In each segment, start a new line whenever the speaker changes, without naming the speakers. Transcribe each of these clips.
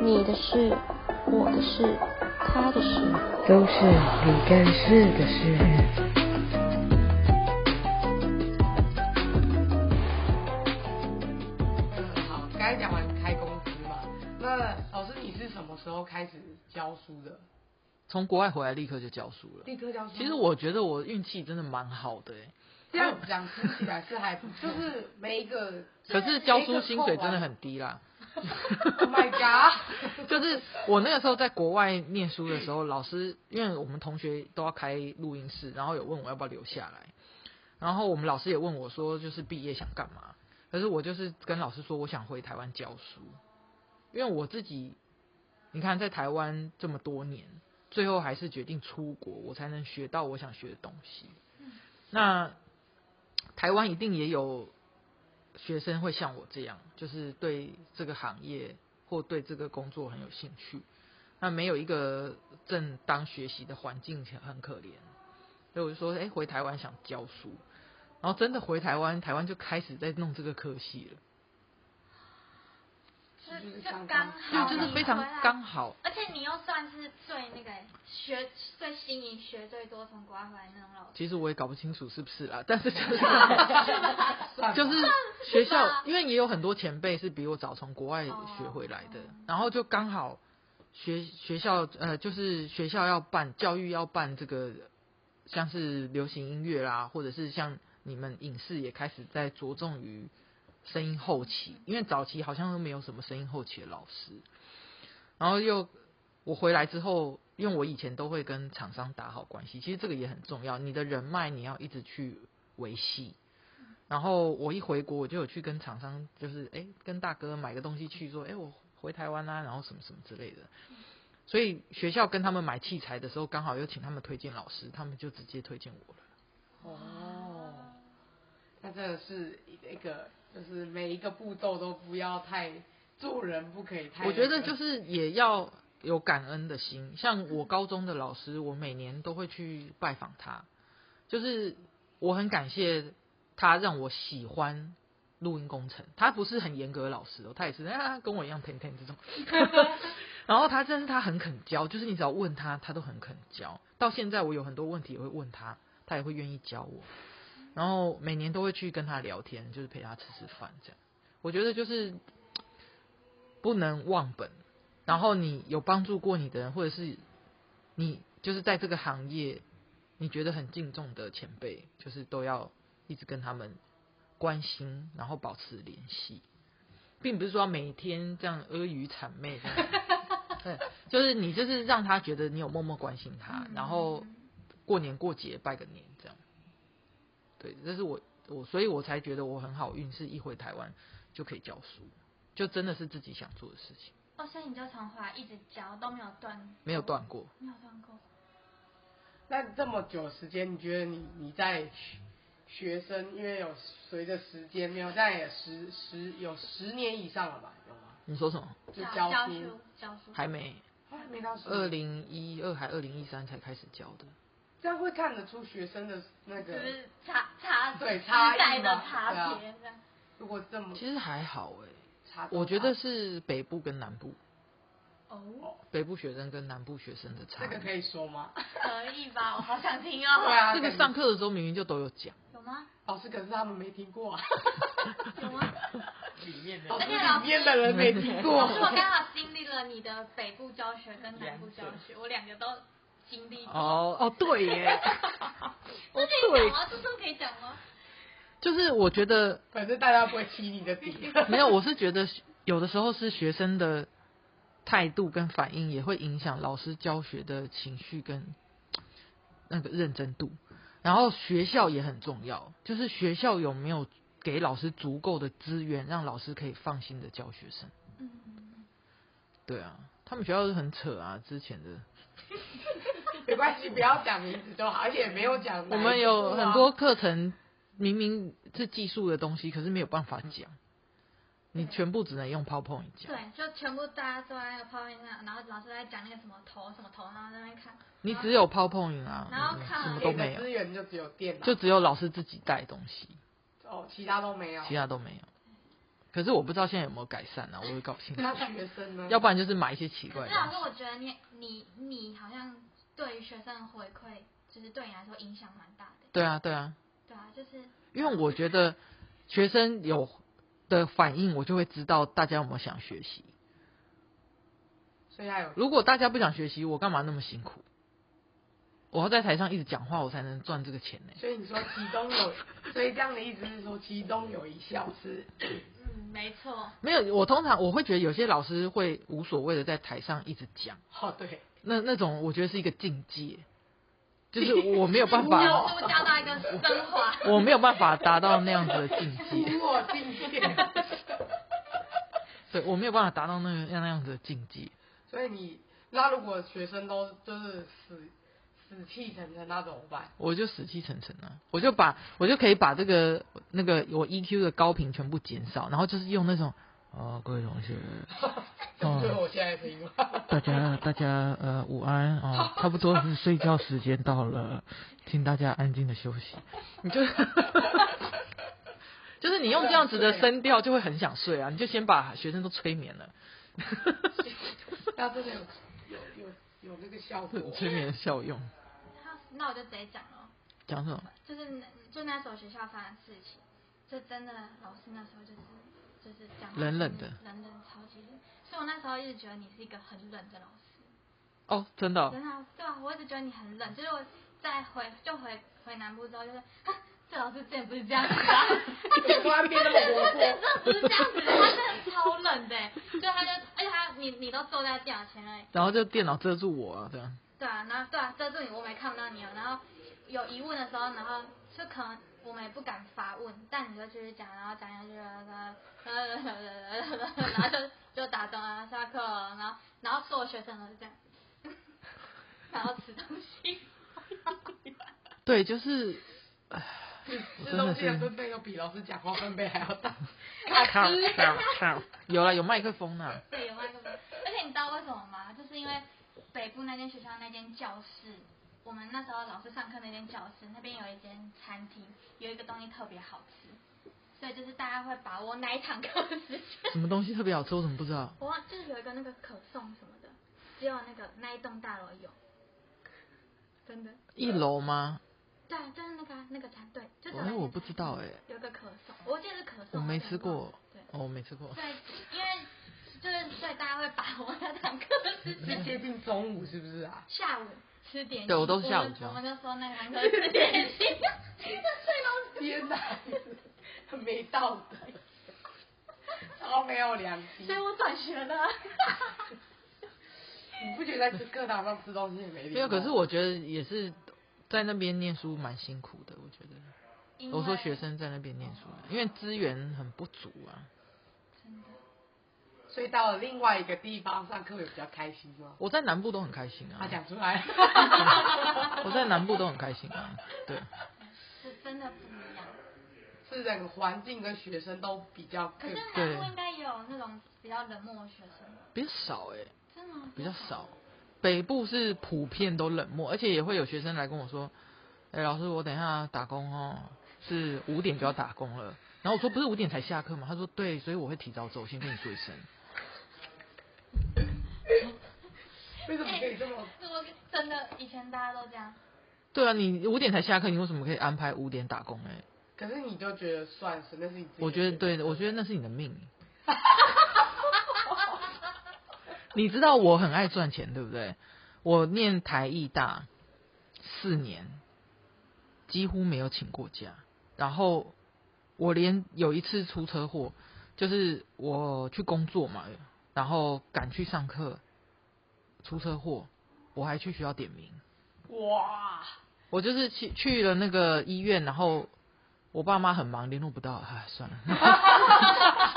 你的事，我的事，他的事，
都是你干事的事。
嗯好，刚才讲完开公司嘛，那老师你是什么时候开始教书的？
从国外回来立刻就教书了。
立刻教书？
其实我觉得我运气真的蛮好的、欸，
这样讲听起来是还不错，就是每一个，
可是教书薪水真的很低啦。
Oh my god！
就是我那个时候在国外念书的时候，老师因为我们同学都要开录音室，然后有问我要不要留下来，然后我们老师也问我说，就是毕业想干嘛？可是我就是跟老师说，我想回台湾教书，因为我自己，你看在台湾这么多年，最后还是决定出国，我才能学到我想学的东西。那台湾一定也有学生会像我这样，就是对这个行业或对这个工作很有兴趣。那没有一个正当学习的环境，很可怜。所以我就说，哎、回台湾想教书，然后真的回台湾，台湾就开始在弄这个科系了，
是就刚好，啊
就就是非常刚。好。
而且你又算是最那个学最新颖、学最多从国外回来那种老师，
其实我也搞不清楚是不是啦，但是就是
算
就是是学校，因为也有很多前辈是比我早从国外学回来的，然后就刚好学学校呃，就是学校要办教育要办这个，像是流行音乐啦，或者是像你们影视也开始在着重于声音后期，因为早期好像都没有什么声音后期的老师，然后又我回来之后，因为我以前都会跟厂商打好关系，其实这个也很重要，你的人脉你要一直去维系。然后我一回国，我就有去跟厂商，就是哎，跟大哥买个东西去，说哎，我回台湾啦、然后什么什么之类的。所以学校跟他们买器材的时候，刚好又请他们推荐老师，他们就直接推荐我了。
哦，那真的是一个，就是每一个步骤都不要太做人不可以太那个，
我觉得就是也要有感恩的心。像我高中的老师，我每年都会去拜访他，就是我很感谢他让我喜欢录音工程。他不是很严格的老师哦，他也是啊跟我一样天天这种。然后他真是他很肯教，就是你只要问他，他都很肯教。到现在我有很多问题也会问他，他也会愿意教我。然后每年都会去跟他聊天，就是陪他吃吃饭这样。我觉得就是不能忘本，然后你有帮助过你的人，或者是你就是在这个行业你觉得很敬重的前辈，就是都要一直跟他们关心，然后保持联系，并不是说每天这样阿谀谄媚这样。对，就是你就是让他觉得你有默默关心他，然后过年过节拜个年这样。对，这是我我所以我才觉得我很好运，是一回台湾就可以教书，就真的是自己想做的事情，
哦，所以你就从回来一直教都没有断，
没有，断过。
没有断过。
那这么久的时间，你觉得你你在学学生，因为有随着时间，没有现在也十十有十年以上了吧？有吗？
你说什么？
就
教
教
书，教书，
还没，
啊没到十
二
年，
零一二还二零一三才开始教的。
这样会看得出学生的那
是不
个。
是差差
对差异
代的
嘛对
差
啊
别这样？
如果这么
其实还好哎、
差多大，
我觉得是北部跟南部，
哦，
北部学生跟南部学生的差
这个可
异。
以说吗？
可以吧？我好想听
对
哦。
啊，
这个上课的时候明明就都有讲，
有吗？
老师可是他们没听过啊，
有吗？
里面
老师
而且老
里
师
面的人没听过
可。是我刚好经历了你的北部教学跟南部教学，我两个都经历过。
哦哦对耶，
这可以讲哦吗？这都可以讲吗？
就是我觉得
反正大家不会踢你的底。
没有，我是觉得有的时候是学生的态度跟反应也会影响老师教学的情绪跟那个认真度。然后学校也很重要，就是学校有没有给老师足够的资源，让老师可以放心的教学生。
嗯，
对啊，他们学校是很扯啊，之前的
没关系，不要讲名字就好，而且也没有讲哪一个
我
啊。
们有很多课程明明是技术的东西，可是没有办法讲，你全部只能用 PowerPoint 讲。
对，就全部大家坐在那个泡面上，然后老师在讲那个什么头什么头，然后在那边看。
你只有 PowerPoint 啊，
然后
嗯
看
什么
了
都
给
没
的
有。
资源就只有电脑，
就只有老师自己带东西，
哦，其他都没有。
其他都没有。可是我不知道现在有没有改善啊，我也搞不 清楚。
那学生呢？
要不然就是买一些奇
可
怪
是
的
老师，
东西。
我觉得你你你好像对于学生的回馈，就是对你来说影响蛮大的。
对啊，对啊，
对啊，就是
因为我觉得学生有的反应，我就会知道大家有没有想学习。
所以还有
如果大家不想学习，我干嘛那么辛苦？我要在台上一直讲话，我才能赚这个钱呢、
所以你说其中有， 所以这样的意思是说其中有一项是
嗯，没错，
没有，我通常我会觉得有些老师会无所谓的在台上一直讲，
哦 对，
那那种我觉得是一个境界，就是我没有办
不
法
要，
是不是交到一个升华？
我没有办法达到那样子的境界，
无我境界。
对我没有办法达到那个那样子的境界。
所以你那如果学生都就是死死气沉沉，那怎么办？
我就死气沉沉啊，我就把我就可以把这个那个我 EQ 的高频全部减少，然后就是用那种呃各位同学，
这
哦
不就是我现在的声音吗？
大家大家呃午安啊、差不多是睡觉时间到了，请大家安静的休息。你就 就是你用这样子的声调就会很想睡啊，你就先把学生都催眠了，
那真的有有有有那个效果。
催眠效用。
那我就直接讲了，
讲什么？
就是那就那所学校发生的事情，就真的老师那时候就是就是讲
冷冷的
冷冷超级冷，所以我那时候一直觉得你是一个很冷的老师。
哦，真的哦、
真的啊，对啊，我一直觉得你很冷，就是我在回就回回南部之后，就是啊，这老师之前不是这样子啊，他之前
突然变那么活泼
他之前真的不是这样子的，他真的超冷的欸，就他就而且他你你都坐在电脑前而 已，
然后就电脑遮住我啊，这样。
对啊，然后对啊，遮住你我没看不到你哦，然后有疑问的时候，然后就可能我们也不敢发问，但你就继续讲，然后讲下去，然后呃然后就就打断啊，下课了，然后然后所有学生都是这样， 然后吃东西。
对，就是
吃东西的分贝都比老师讲话分贝还要 大。
靠靠靠，啊有了有麦克风啊呢、
对，有麦克风。而且你知道为什么吗？就是因为北部那间学校那间教室，我们那时候老师上课那间教室那边有一间餐厅，有一个东西特别好吃，所以就是大家会把握那一堂课的时间。
什么东西特别好吃？我怎么不知道？
我忘就是有一个那个可颂什么的，只有那个那一栋大楼有，真的。
一楼吗？
对，就是那个啊那个餐，对，就是、
哦那我不知道哎、
有一个可颂，我记得是可颂，
我没吃
有点忘
过
了对。，
哦，我没吃过。
对，因为就是所以大家会把握那堂课的时间
是。接近中午是不是啊？
下午吃点心，
对我都是下午啊
们
这样
我们就说那个堂课吃点心，这最
天哪，没道德，超没有良心
所以。我转学了。
你不觉得在课堂上吃东西也没礼貌？
没有，可是我觉得也是在那边念书蛮辛苦的。我觉得，
因为
我说学，生在那边念书，啊因为资源很不足啊。
真的
所以到了另外一个地方上课会比较开心吗？
我在南部都很开心
他
啊，
讲出来 了，
我在南部都很开心啊。对，
是真的不一样。
是整个环境跟学生都比较
可是南
对
部应该也有那种比较冷漠的学生吧，
比较少哎、
真的吗
比较少。。北部是普遍都冷漠，而且也会有学生来跟我说：“哎、老师，我等一下打工哦，是五点就要打工了。”然后我说：“不是五点才下课吗？”他说：“对，所以我会提早走，先跟你说一声。
为
哎
什么可以这么？
是我真的以前大家都这样，”
对啊，你五点才下课，你为什么可以安排五点打工、欸？哎，
可是你就觉得算是，那是你自己的选择。
我觉得对，我觉得那是你的命。 你知道我很爱赚钱，对不对？我念台艺大四年，几乎没有请过假。然后我连有一次出车祸，就是我去工作嘛，然后赶去上课，出车祸，我还去学校点名。
哇，
我就是去去了那个医院，然后我爸妈很忙，联络不到，唉，算了。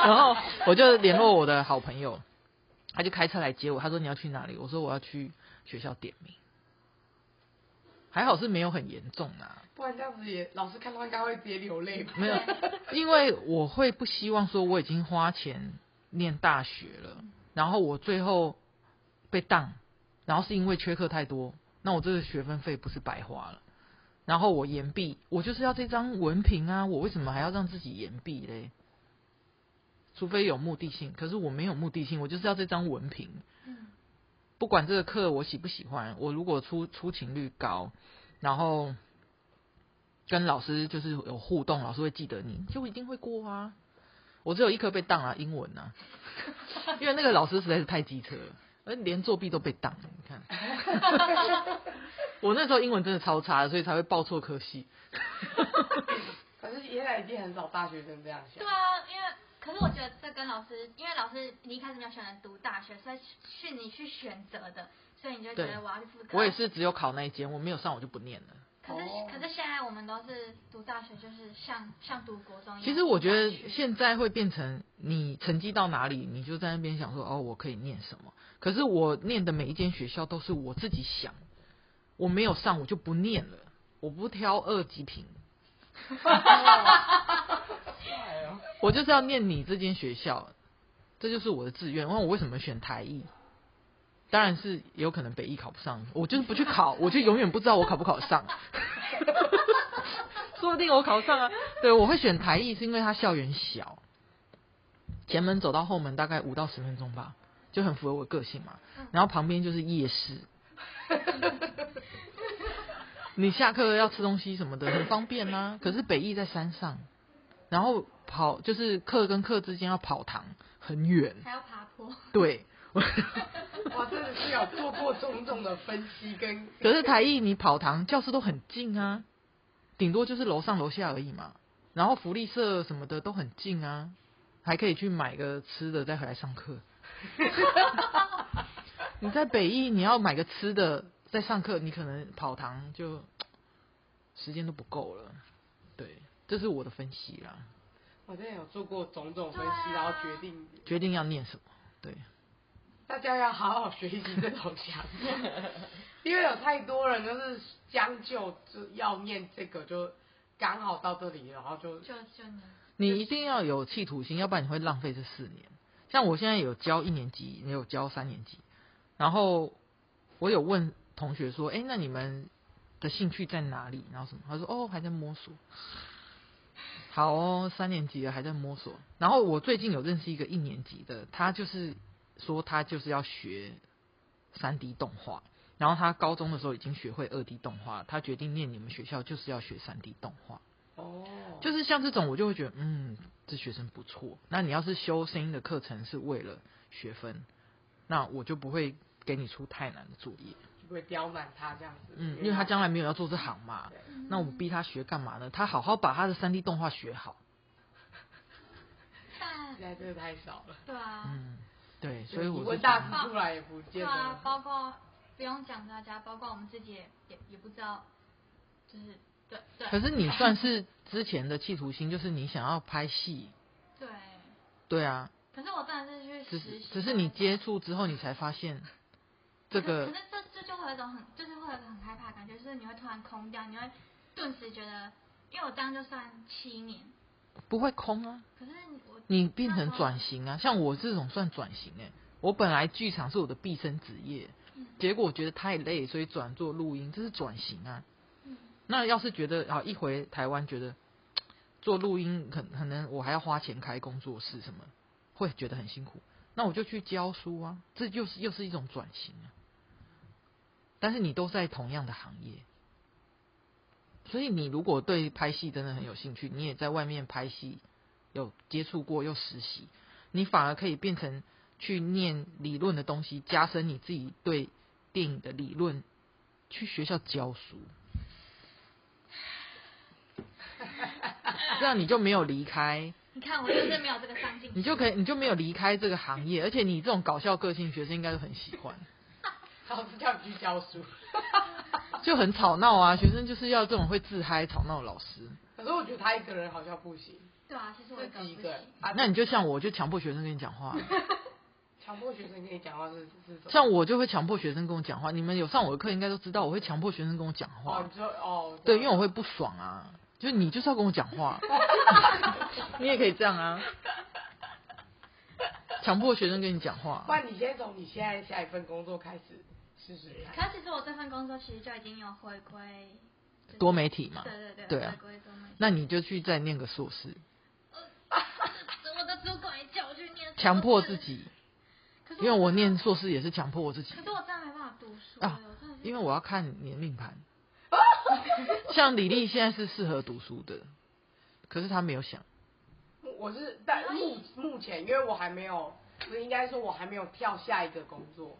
然后我就联络我的好朋友，他就开车来接我，他说你要去哪里？我说我要去学校点名。还好是没有很严重啊，
不然这样子也老师看到应该会直接流泪吧？
没有， 因为我会不希望说我已经花钱念大学了，然后我最后被当，然后是因为缺课太多，那我这个学分费不是白花了？然后我延毕，我就是要这张文凭啊，我为什么还要让自己延毕嘞？除非有目的性。可是我没有目的性，我就是要这张文凭。
嗯
不管这个课我喜不喜欢，我如果出出勤率高，然后跟老师就是有互动，老师会记得你，就一定会过啊。我只有一科被当啊，英文啊，因为那个老师实在是太机车了，而连作弊都被当。你看，我那时候英文真的超差的，所以才会报错科系。
可是原来已经很少大学生这样想
对。啊，因为可是我觉得这跟老师，因为老师你一开始没有选择读大学，所以是你去选择的，所以你就觉
对
得我要去复考。
我也。是只有考那一间，我没有上我就不念了。
可是
哦
可是现在我们都是读大学，就是像像读国中一样。
其实我觉
读大
得
学
现在会变成你成绩到哪里，你就在那边想说哦，我可以念什么。可是我念的每一间学校都是我自己想，我没有上我就不念了，我不挑二级品，
哎呦
我就是要念你这间学校，这就是我的志愿。问我为什么选台艺？当然是有可能北艺考不上，我就是不去考，我就永远不知道我考不考上。 说不定我考上啊！对，我会选台艺是因为它校园小，前门走到后门大概五到十分钟吧，就很符合我个性嘛。然后旁边就是夜市，你下课要吃东西什么的很方便啊。可是北艺在山上，然后跑就是课跟课之间要跑堂，很远。
还要爬坡，
对，
哇，真的是有做过种种的分析 跟
可是台艺你跑堂教室都很近啊，顶多就是楼上楼下而已嘛。然后福利社什么的都很近啊，还可以去买个吃的再回来上课。你在北艺你要买个吃的再上课，你可能跑堂就时间都不够了。对，这是我的分析啦，
我真的有做过种种分析，
对啊
然后决定
决定要念什么。对，
大家要好好学习这种 想法，因为有太多人就是将就就要念这个，就刚好到这里，然后就
就就你
你一定要有企图心，要不然你会浪费这四年。像我现在有教一年级，也有教三年级，然后我有问同学说：“哎，那你们的兴趣在哪里？”然后什么？他说：“哦，还在摸索。”好哦，三年级了还在摸索。然后我最近有认识一个一年级的，他就是说他就是要学三 D 动画，然后他高中的时候已经学会二 D 动画，他决定念你们学校就是要学三 D 动画。
哦，就
就是像这种，我就会觉得，嗯，这学生不错。那你要是修声音的课程是为了学分，那我就不会给你出太难的作业，
不会刁难他这样子。
嗯，因为他将来没有要做这行嘛。那我逼他学干嘛呢？他好好把他的三 D 动画学好，
但
现在真的太少了，
对啊，
嗯，对，所以
你
我
问
就
大
觉
师出来也不见
对
得。
啊，包括不用讲大家，包括我们自己也也也不知道，就是对
得
对
可是你算是之前的企图心，就是你想要拍戏，
对。
对啊，
可是我真的是去
只
实
是
习，
只是你接触之后，你才发现这
可
个
是这这就会有一种很，就是会有一种很害怕的感觉，就是你会突然空掉，你会顿时觉得，因为我这样就算七年，
不会空啊。
可是我
你变成转型啊，像我这种算转型哎、我本来剧场是我的毕生职业，结果我觉得太累，所以转做录音，这是转型啊。
嗯
那要是觉得啊，一回台湾觉得嘖做录音可可能我还要花钱开工作室什么，会觉得很辛苦。那我就去教书啊，这就是又是一种转型啊。但是你都在同样的行业，所以你如果对拍戏真的很有兴趣，你也在外面拍戏有接触过又实习，你反而可以变成去念理论的东西，加深你自己对电影的理论，去学校教书。这样你就没有离开，
你看我就是没有这个上进心，
你就可以，你就没有离开这个行业，而且你这种搞笑个性，学生应该都很喜欢，
老师叫你去教 书，
就很吵闹啊。学生就是要这种会自嗨、吵闹的老师。
可是我觉得他一个人好像不行，
对啊，其实我
自
也搞
己一
不
个人
行，
啊，
那你就像我，就强迫学生跟你讲话，
强迫学生跟你讲话是是什么？
像我就会强迫学生跟我讲话。你们有上我的课，应该都知道我会强迫学生跟我讲话。
哦，你说哦，
啊对，因为我会不爽啊，就是你就是要跟我讲话，你也可以这样啊，强迫学生跟你讲话
不。然你先从你现在下一份工作开始试试看。
可是其实我这份工作其实就已经有回归、就是
多媒体嘛
对对对，
对啊
回归多媒体。
那你就去再念个硕士，
我的主管也叫我
强迫自己，
可是
因为我念硕士也是强迫我自己
可是我真的没办法读书
啊
我真的是
因为我要看你的命盘。像李丽现在是适合读书的，可是她没有想，
我是但目目前，因为我还没有，不是应该说我还没有跳下一个工作，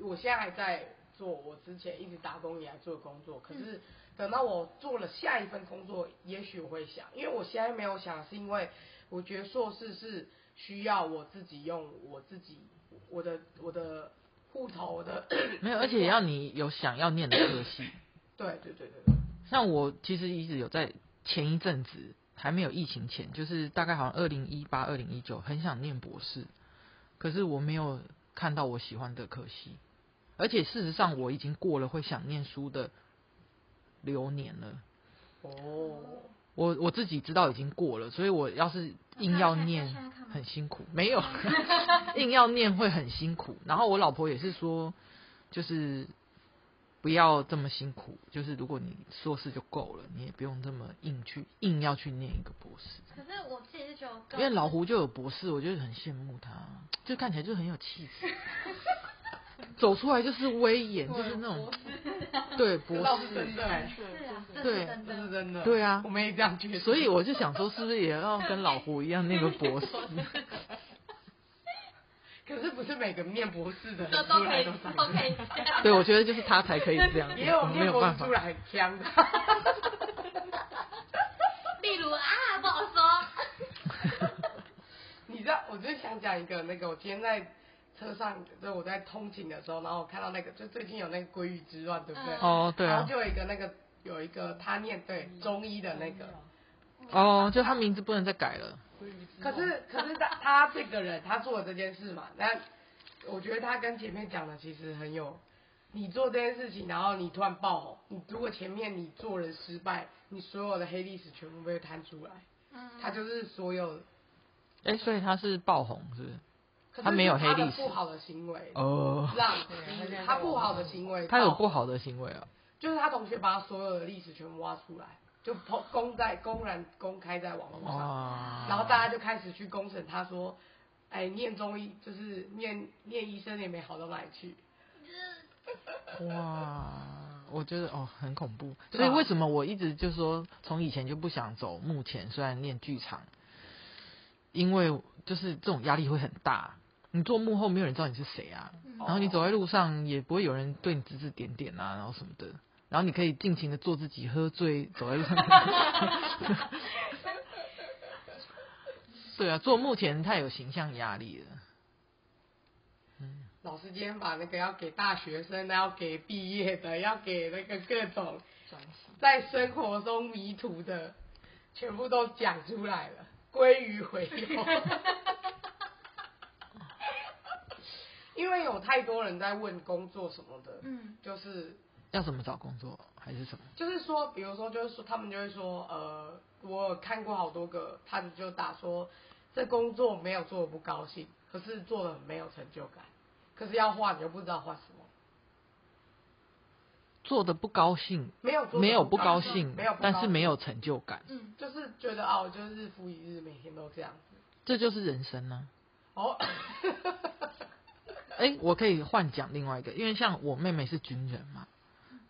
我现在还在做我之前一直打工以来做的工作。可是
嗯
等到我做了下一份工作，也许我会想，因为我现在没有想，是因为我觉得硕士是需要我自己用我自己我的我的户头我 的
没有，而且也要你有想要念的科系。
对对对对对，
像我其实一直有在前一阵子还没有疫情前，就是大概好像二零一八、二零一九，很想念博士，可是我没有看到我喜欢的可惜。而且事实上，我已经过了会想念书的流年了。
哦，
我我自己知道已经过了，所以我要是硬要念
那现在看吗
很辛苦，没 有硬要念会很辛苦。然后我老婆也是说，就是不要这么辛苦，就是如果你硕士就够了，你也不用这么硬去硬要去念一个博士。
可是我自己是觉得我
因
个人，
为老胡就有博士，我就很羡慕他，就看起来就很有 气质，走出来就是威严，就是那种 对博
这倒是
士
真。的欸，
是啊，这
对
是真
这
的
是。真的，
对啊
我们也这样觉得，
所以我就想说，是不是也要跟老胡一样念个博士？
可是不是每个念博士的
都
人
都
出
可
来
以，
都长
都可以这样。
对，我觉得就是他才可以这样 子，
也有
我没
念
有
博
办
士
法
出。来很强的，
例如啊，不好说。
你知道，我就想讲一个那个，我今天在车上，就我在通勤的时候，然后我看到那个，就最近有那个《鲑鱼之乱》，对不对？
嗯
哦，对
然
啊
后，就有一个那个有一个他念对中医的那个，
哦，就他名字不能再改了。
可是可是他他这个人他做了这件事嘛，那我觉得他跟前面讲的其实很有，你做这件事情，然后你突然爆红，你如果前面你做人失败，你所有的黑历史全部被摊出来，
嗯
他就是所有。
哎，所以他是爆红，是不是？
可是
他没有
是
黑
的
历史
不好的行为，
哦，
让他不好的行为，
他有不好的行为啊。
就是他同学把他所有的历史全部挖出来，就公公在公然公开在网络上，
哇，
然后大家就开始去公审他说，哎，念中医就是念念医生也没好到哪里去，
哇，我觉得哦很恐怖。
对
所
啊
以为什么我一直就说从以前就不想走幕前，虽然念剧场，因为就是这种压力会很大。你做幕后没有人知道你是谁啊，
哦
然后你走在路上也不会有人对你指指点点啊，然后什么的。然后你可以尽情的做自己，喝醉走在路上。 对啊，做幕前太有形象压力了。
老师今天把那个要给大学生的，要给毕业的，要给那个各种在生活中迷途的，全部都讲出来了，归于回 游。因为有太多人在问工作什么的，
嗯，
就是
要怎么找工作还是什么？
就是说，比如说，就是说，他们就会说，呃，我有看过好多个，他们就打说，这工作没有做的不高兴，可是做的没有成就感，可是要画你又不知道画什么，
做的不高兴，
没有做得
没有不
高
高兴
没有，不高
但是没有成就感，
嗯，
就是觉得啊，我就是日复一日，每天都这样子。
这就是人生啊呢、
哦，
哎，我可以换讲另外一个，因为像我妹妹是军人嘛，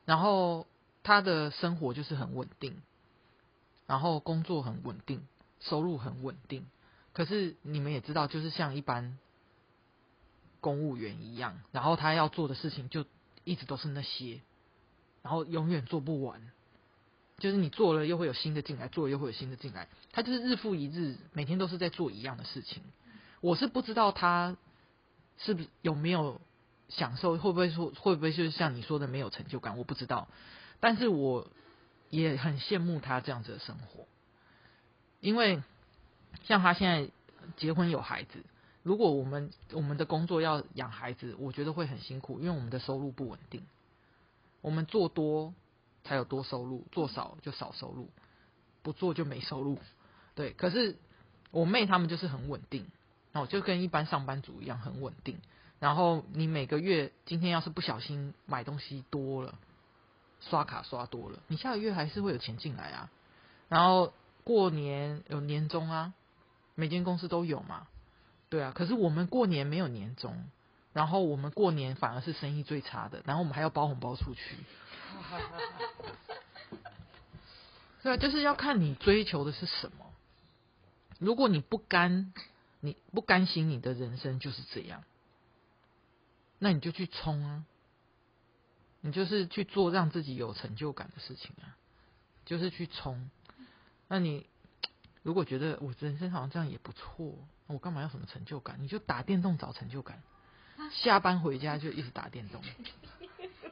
然后她的生活就是很稳定，然后工作很稳定，收入很稳定。可是你们也知道，就是像一般公务员一样，然后她要做的事情就一直都是那些，然后永远做不完。就是你做了又会有新的进来，做了又会有新的进来，她就是日复一日，每天都是在做一样的事情。我是不知道她是不是有没有享受，会不会说会不会就是像你说的没有成就感，我不知道。但是我也很羡慕他这样子的生活，因为像他现在结婚有孩子，如果我们我们的工作要养孩子，我觉得会很辛苦，因为我们的收入不稳定，我们做多才有多收入，做少就少收入，不做就没收入。对，可是我妹他们就是很稳定，哦，就跟一般上班族一样很稳定。然后你每个月今天要是不小心买东西多了，刷卡刷多了，你下个月还是会有钱进来啊。然后过年有年终啊，每间公司都有嘛。对啊，可是我们过年没有年终，然后我们过年反而是生意最差的，然后我们还要包红包出去。 对啊，就是要看你追求的是什么。如果你不甘，你不甘心你的人生就是这样，那你就去冲啊！你就是去做让自己有成就感的事情啊，就是去冲。那你如果觉得我人生好像这样也不错，我干嘛要什么成就感？你就打电动找成就感，下班回家就一直打电动，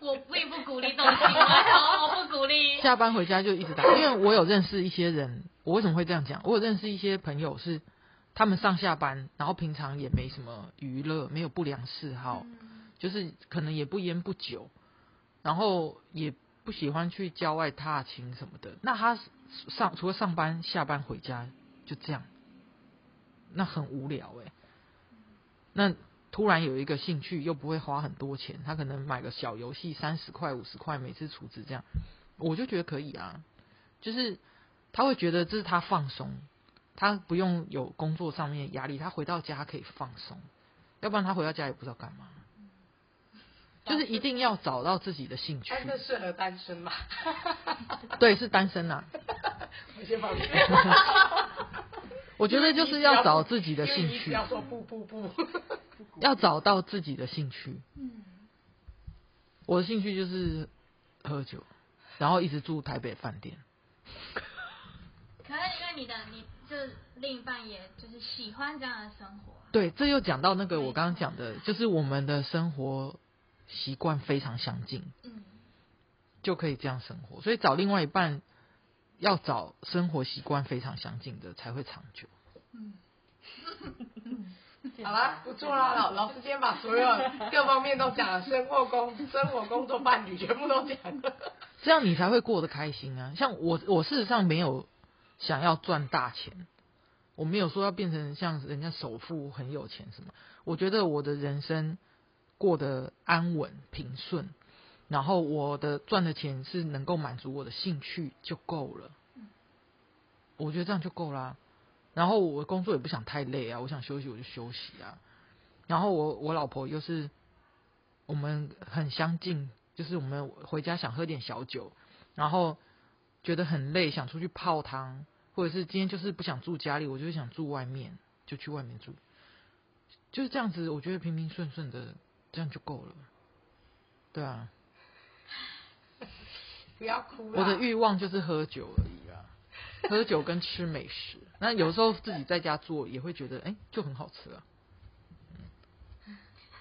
我并不鼓励这种行为哦，我不 鼓励。
下班回家就一直打。因为我有认识一些人，我为什么会这样讲？我有认识一些朋友是他们上下班，然后平常也没什么娱乐，没有不良嗜好，
嗯
就是可能也不烟不酒，然后也不喜欢去郊外踏青什么的。那他上除了上班、下班回家就这样，那很无聊哎、那突然有一个兴趣，又不会花很多钱，他可能买个小游戏，三十块、五十块，每次储值这样，我就觉得可以啊。就是他会觉得这是他放松，他不用有工作上面的压力，他回到家可以放松，要不然他回到家也不知道干嘛。就是一定要找到自己的兴趣
哎，，那适合单身嘛？
哎对，是单身啊。
我先放弃。
我觉得就是要找自己的 兴
因为你只
趣，
要说不不不，
要找到自己的兴趣。
嗯，
我的兴趣就是喝酒，然后一直住台北饭店。
可是因为你的你就是另一半，也就是喜欢这样的生活啊。
对，这又讲到那个我刚刚讲的，就是我们的生活习惯非常相近，
嗯，
就可以这样生活。所以找另外一半，要找生活习惯非常相近的才会长久。
嗯
好啦，不错啦，老老师今天把所有各方面都讲了，生活工、生活、工作、伴侣全部都讲了。
这样你才会过得开心啊！像我，我事实上没有想要赚大钱，我没有说要变成像人家首富很有钱什么。我觉得我的人生过得安稳平顺，然后我的赚的钱是能够满足我的兴趣就够了。我觉得这样就够啦、然后我工作也不想太累啊，我想休息我就休息啊。然后我我老婆又是我们很相近，就是我们回家想喝点小酒，然后觉得很累，想出去泡汤，或者是今天就是不想住家里，我就是想住外面，就去外面住，就是这样子。我觉得平平顺顺的，这样就够了。对啊，
不要哭啦。
我的欲望就是喝酒而已啦，喝酒跟吃美食。那有时候自己在家做，也会觉得哎、就很好吃啊。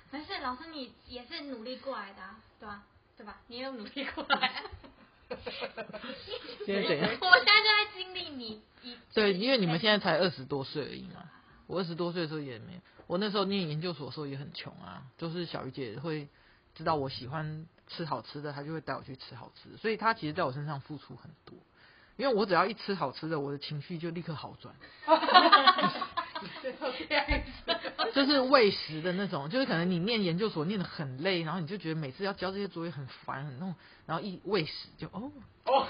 没事，老师你也是努力过来的、啊，对吧？对吧？你也有努力过来。
现在怎样？
我现在就在经历你一
对，因为你们现在才二十多岁而已嘛。我二十多岁的时候也没有，我那时候念研究所的时候也很穷啊。就是小鱼姐会知道我喜欢吃好吃的，她就会带我去吃好吃的，所以她其实在我身上付出很多。因为我只要一吃好吃的，我的情绪就立刻好转，
就这样子。
就是喂食哦的那种。就是可能你念研究所念得很累，然后你就觉得每次要交这些作业很烦很弄，然后一喂食就哦
哦，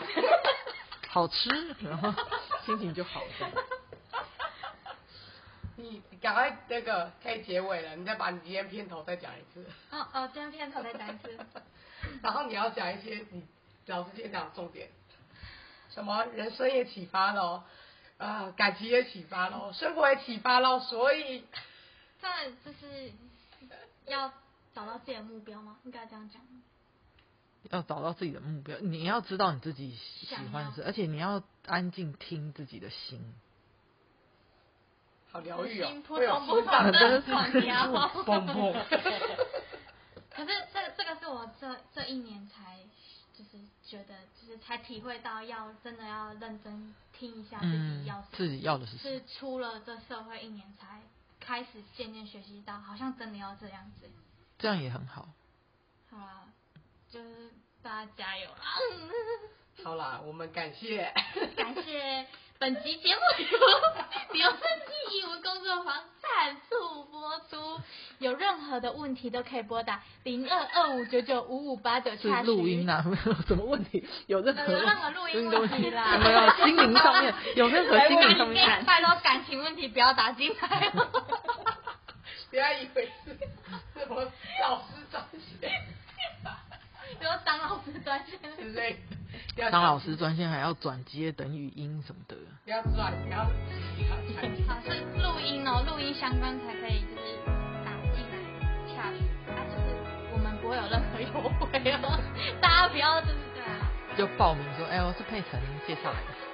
好吃，然后心情就好这样。
你赶快那个可以结尾了，你再把你今天片头再讲一 次，
哦哦，今天片头再讲一次。
然后你要讲一些你老师今天讲的重点，什么人生也启发喽，啊，感情也启发喽，生活也启发喽，所以
这就是要找到自己的目标吗？应该这样讲。
要找到自己的目标，你要知道你自己喜欢的
想
事，而且你要安静听自己的 心。
好疗愈哦
心，扑
会有
通扑
心脏
通的
真
狂飙。
蹦蹦。
可是这这个是我这这一年才就是觉得就是才体会到要真的要认真听一下自己
嗯
要，什
自
么，
己要的是什么？
是出了这社会一年才开始渐渐学习到，好像真的要这样子。
这样也很好。
好啦，就是大家加油啦！
好啦，我们感谢，
感谢本集节目 由留声机译文工作坊赞助播出。有任何的问题都可以拨打零二二五九九五五八九
是录音
的。
啊，没有什么问题，有任何
有任何录音问题啦
有没有心灵 上面有任何心灵上面？
拜托感情问题不要打进来哦。
不要以为是什么老师专线
比如当老师专线，
之类的，不要
当老师专线还要转接等语音什么的，
不要转，不要不要传递。
好是录音哦，录音相关才可以就是打进来下去，啊，就是我们不会有任何优惠哦，大家不要就是对啊。
就报名说，哎、我是佩岑介绍来的。